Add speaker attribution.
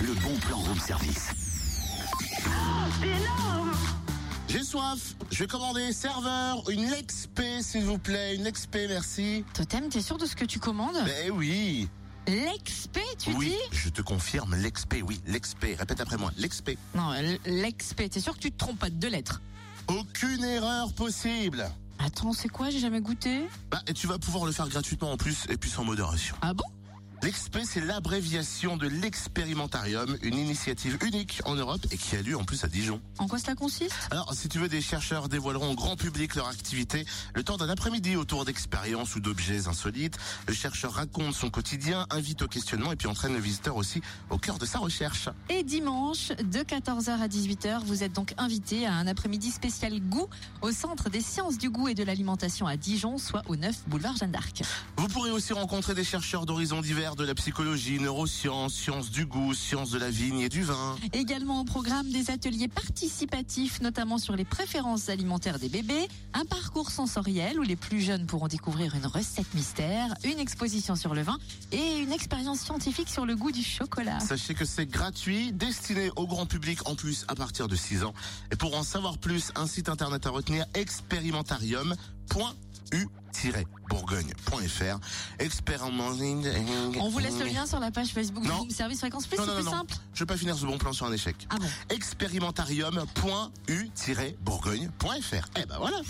Speaker 1: le bon plan room service.
Speaker 2: Ah,
Speaker 3: C'est énorme
Speaker 4: J'ai soif. Je vais commander serveur, une Lexp, s'il vous plaît. Une Lexp, merci.
Speaker 2: Totem, t'es sûr de ce que tu commandes
Speaker 4: Ben oui.
Speaker 2: L'expé, Ah. tu
Speaker 4: oui,
Speaker 2: dis
Speaker 4: je te confirme, Lexp, oui. Lexp, répète après moi. Lexp.
Speaker 2: Non, l- l'expé, t'es sûr que tu te trompes pas de deux lettres
Speaker 4: Aucune erreur possible.
Speaker 2: Attends, c'est quoi J'ai jamais goûté.
Speaker 4: Bah, et tu vas pouvoir le faire gratuitement en plus et puis sans modération.
Speaker 2: Ah bon
Speaker 4: L'Exp, c'est l'abréviation de l'Expérimentarium, une initiative unique en Europe et qui a lieu en plus à Dijon.
Speaker 2: En quoi cela consiste
Speaker 4: Alors, si tu veux, des chercheurs dévoileront au grand public leur activité le temps d'un après-midi autour d'expériences ou d'objets insolites. Le chercheur raconte son quotidien, invite au questionnement et puis entraîne le visiteur aussi au cœur de sa recherche.
Speaker 2: Et dimanche, de 14h à 18h, vous êtes donc invité à un après-midi spécial goût au Centre des sciences du goût et de l'alimentation à Dijon, soit au 9 boulevard Jeanne d'Arc.
Speaker 4: Vous pourrez aussi rencontrer des chercheurs d'horizons divers de la psychologie, neurosciences, sciences du goût, sciences de la vigne et du vin.
Speaker 2: Également au programme des ateliers participatifs, notamment sur les préférences alimentaires des bébés, un parcours sensoriel où les plus jeunes pourront découvrir une recette mystère, une exposition sur le vin et une expérience scientifique sur le goût du chocolat.
Speaker 4: Sachez que c'est gratuit, destiné au grand public en plus à partir de 6 ans. Et pour en savoir plus, un site internet à retenir experimentarium.u-bourgogne.fr. Expérimenting.
Speaker 2: On vous laisse le lien sur la page Facebook
Speaker 4: Non.
Speaker 2: du Room Service Fréquence Plus,
Speaker 4: Non,
Speaker 2: c'est
Speaker 4: non,
Speaker 2: plus
Speaker 4: non, non.
Speaker 2: simple.
Speaker 4: Je vais pas finir ce bon plan sur un échec.
Speaker 2: Ah bon
Speaker 4: Experimentarium.u-bourgogne.fr. Eh ben voilà.